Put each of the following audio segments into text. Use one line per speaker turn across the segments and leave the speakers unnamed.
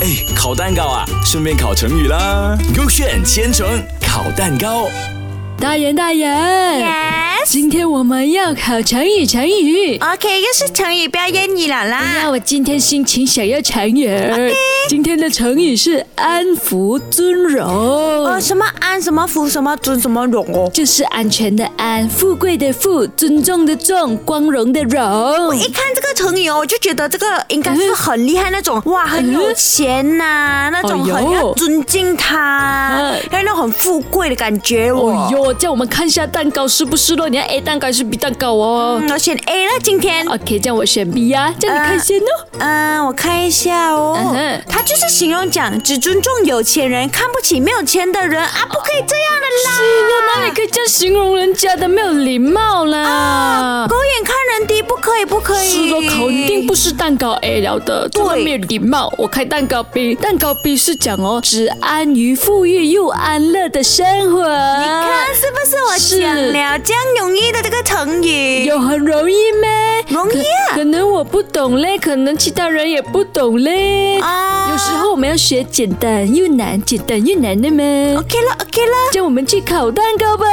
哎，烤蛋糕啊，顺便烤成语啦。勾选千层烤蛋糕，
大人大人，
Yes。
今天我们要考成语成语。
OK，又是成语表演你了啦。
那我今天心情想要成语儿，今天的成语是安抚尊
哦，
荣，
什么安什么福什么尊什么荣哦。
就是安全的安，富贵的富，尊重的重，光荣的荣。
一看这个成语哦，我就觉得这个应该是很厉害那种，哇，很有钱呐、那种
哎
很
呦
要尊敬他
哎，
还有那种很富贵的感觉
哦
嗯哦。
哟，叫我们看一下蛋糕是不是咯？你要 A 蛋糕还是 B 蛋糕哦
嗯，我呃选 A 了，今天。
？OK，这样我选 B 呀、这样你看先哦。
嗯，我看一下
嗯
哦
哼，
他就是形容讲只尊重有钱人，看不起没有钱的人啊，不可以这样的啦。
那哪里可以这样形容人家的没有礼貌啦？
狗眼看人低，不可以，不可以。
是咯，肯定不是蛋糕 A 了的，这么
对
没有礼貌。我开蛋糕 B，蛋糕 B 是讲哦，只安于富裕又安乐的生活。你
看哎是不是我
是
讲了这样容易的这个成语？
有很容易咩？
容易啊
可可能我不懂嘞，可能其他人也不懂嘞。
啊
有时候我们要学简单又难，简单又难的嘛。
OK 了，OK 了。
叫我们去烤蛋糕吧。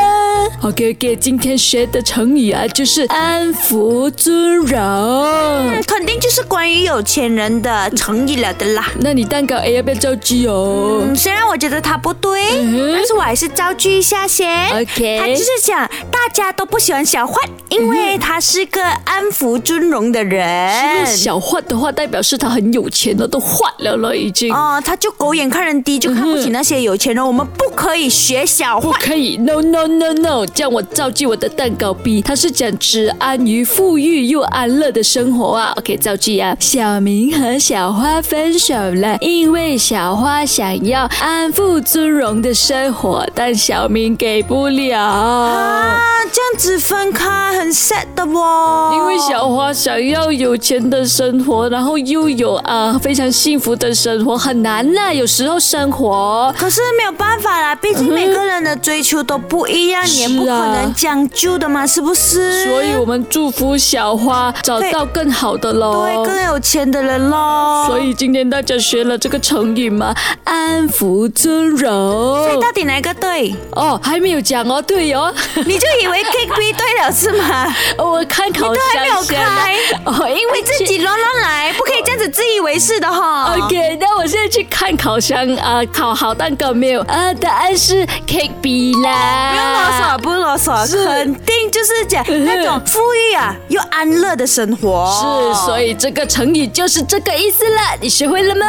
OK OK，今天学的成语啊，就是安抚尊荣
嗯。肯定就是关于有钱人的成语了的啦。
那你蛋糕 A 要不要造句哦？
嗯，虽然我觉得它不对，
嗯哼
但是我还是造句一下先。
OK
他就是讲大家都不喜欢小焕，因为他是个安抚尊荣的人。
小焕的话，代表是他很有钱了，都焕了了已经。
哦，他就狗眼看人低，就看不起那些有钱人。我们不可以学小
不
焕。
可以，no no no no！这样我造句我的蛋糕 B，它是讲只安于富裕又安乐的生活啊。OK，造句啊，小明和小花分手了，因为小花想要安富尊荣的生活，但小明给不了。
啊，这样子分开很 sad 的哦。
因为小花想要有钱的生活，然后又有啊、非常幸福的生活，很难啦。有时候生活
可是没有办法啦，毕竟每个人的追求都不一样，
是
也
啊
不可能将就的嘛，是不是？
所以我们祝福小花找
对
到更好的喽。
对更有钱的人喽。
所以今天大家学了这个成语吗？安抚尊
所以
荣
到底哪一个对？
哦，还没有讲哦，对哦，
你就以为 K B 对了是吗？
我看烤
都还没有
箱先了
开，
哦，因为
你自己乱乱来，不可以这样子自以为是的哈。
OK，那我现在去看烤箱啊、烤好蛋糕没有？啊，答案是 Cake B
不用啰嗦，
啦。
不用啰嗦，
是
肯定就是讲那种富裕啊又安乐的生活。
是，所以这个成语就是这个意思了，你学会了吗？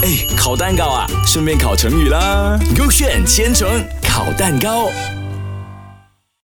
哎，烤蛋糕啊，顺便烤成语啦。勾选千层烤蛋糕。